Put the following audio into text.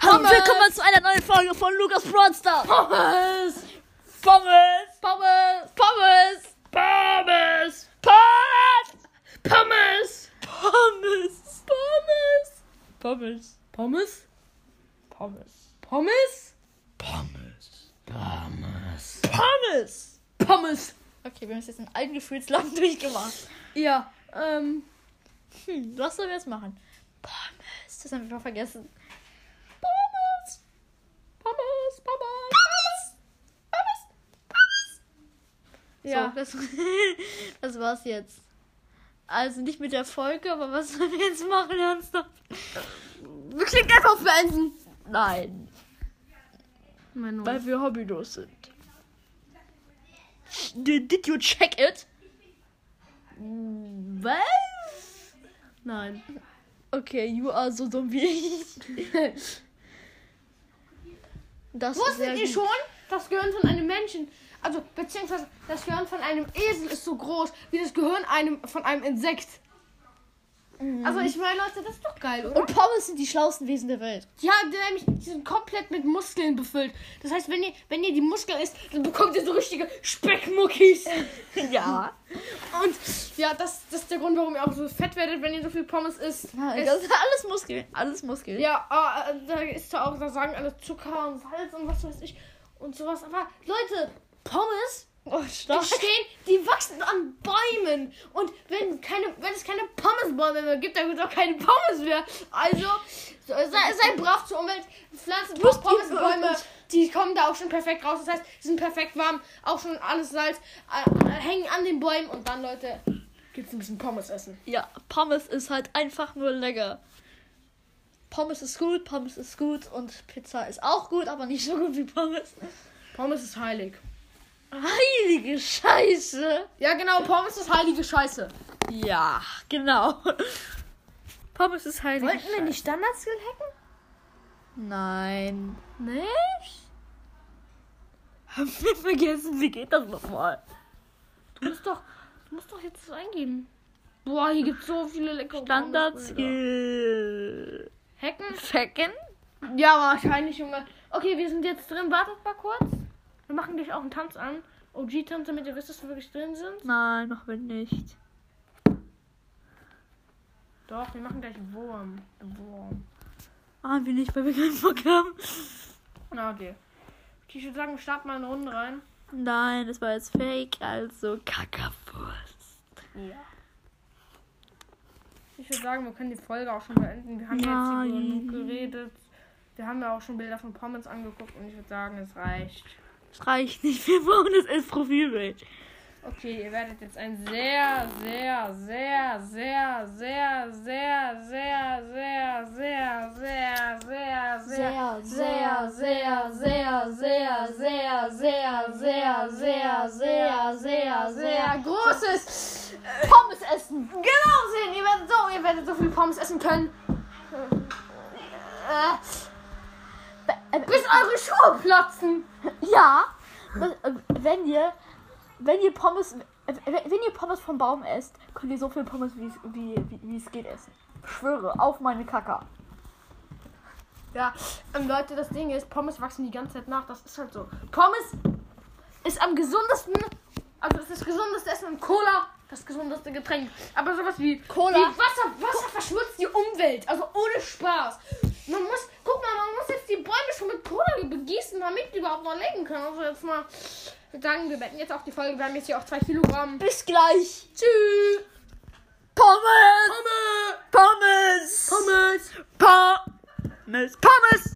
Pommes. Willkommen zu einer neuen Folge von Lukas Bronster. Pommes. Pommes. Pommes. Pommes. Pommes. Pommes. Pommes. Pommes. Pommes. Pommes. Pommes. Pommes. Pommes. Pommes. Pommes. Pommes. Pommes. Okay, wir haben es jetzt in allen Gefühlslagen durchgemacht. Ja, ähm, Hm, was sollen wir jetzt machen? Pommes. Das haben wir schon vergessen. Pommes. Pommes. Pommes. Pommes. ja. So, das, das war's jetzt. Also nicht mit der Folge, aber was sollen wir jetzt machen, ernsthaft? wir klicken einfach auf beenden. Nein, Mein Weil weil wir hobbylos sind. Did, did you check it? Was? Nein. Okay, you are so dumm wie ich. Das ist sehr Wusstet ihr gut. schon, das Gehirn von einem Menschen, also beziehungsweise das Gehirn von einem Esel ist so groß wie das Gehirn einem, von einem Insekt? Mhm. Also ich meine, Leute, das ist doch geil, oder? Und Pommes sind die schlausten Wesen der Welt. Ja, nämlich, die sind komplett mit Muskeln befüllt. Das heißt, wenn ihr, wenn ihr die Muskeln isst, dann bekommt ihr so richtige Speckmuckis. Ja. Und ja, das, das ist der Grund, warum ihr auch so fett werdet, wenn ihr so viel Pommes isst. Das Es- ist alles Muskeln. Alles Muskeln. Ja, äh, da ist da auch, da sagen alle Zucker und Salz und was weiß ich und sowas. Aber Leute, Pommes Oh, stark. entstehen, die wachsen an Bäumen. Und wenn, keine, wenn es keine Pommesbäume mehr gibt, dann gibt es auch keine Pommes mehr. Also, so, sei, sei brav zur Umwelt, pflanzt ein paar Plus die Pommesbäume. Umwelt. Die kommen da auch schon perfekt raus. Das heißt, die sind perfekt warm, auch schon alles Salz, äh, äh, hängen an den Bäumen und dann, Leute, gibt's ein bisschen Pommes essen. Ja, Pommes ist halt einfach nur lecker. Pommes ist gut, Pommes ist gut und Pizza ist auch gut, aber nicht so gut wie Pommes. Pommes ist heilig. Heilige Scheiße! Ja, genau, Pommes ist heilige Scheiße. Ja, genau. Pommes ist heilig. Wollten wir nicht Standards hacken? Nein. Nicht? Haben wir vergessen, wie geht das nochmal? Du musst doch, du musst doch jetzt das eingeben. Boah, hier gibt's so viele leckere Standards Pommesbilder. Hacken? Checken? Ja, wahrscheinlich, Junge. Okay, wir sind jetzt drin. Wartet mal kurz. Wir machen gleich auch einen Tanz an. OG-Tanz, damit ihr wisst, dass wir wirklich drin sind. Nein, machen wir nicht. Doch, wir machen gleich Wurm. Wurm. Machen Ah, wir nicht, weil wir keinen Bock haben. Na, okay. Ich würde sagen, wir starten mal eine Runde rein. Nein, das war jetzt fake, also Kackerwurst. Ja. Ich würde sagen, wir können die Folge auch schon beenden. Wir haben ja jetzt hier Nein. genug geredet. Wir haben ja auch schon Bilder von Pommes angeguckt und ich würde sagen, es reicht. Das reicht nicht, wir brauchen das ins Profilbild. Okay, ihr werdet jetzt ein sehr, sehr, sehr, sehr, sehr, sehr, sehr, sehr, sehr, sehr, sehr, sehr, sehr, sehr, sehr, sehr, sehr, sehr, sehr, sehr, sehr, sehr, sehr großes Pommes essen. Genau sehen, ihr werdet so, ihr werdet so viel Pommes essen können. Bis eure Schuhe platzen. Äh, Ja, wenn ihr, wenn ihr Pommes, wenn ihr Pommes vom Baum esst, könnt ihr so viel Pommes, wie es wie, wie, wie es geht, essen. Schwöre, auf meine Kacker. Ja, ähm, Leute, das Ding ist, Pommes wachsen die ganze Zeit nach. Das ist halt so. Pommes ist am gesundesten, also ist das gesundeste Essen und Cola das gesundeste Getränk. Aber sowas wie Cola. Wie Wasser, Wasser verschmutzt die Umwelt. Also ohne Spaß. Man muss, guck mal, man muss jetzt die Bäume schon mit Cola begießen, damit die überhaupt noch leben können. Also jetzt mal sagen, wir beenden jetzt auch die Folge. Wir haben jetzt hier auch zwei Kilogramm. Bis gleich. Tschüss. Pommes! Pommes! Pommes! Pommes! Pommes! Pommes!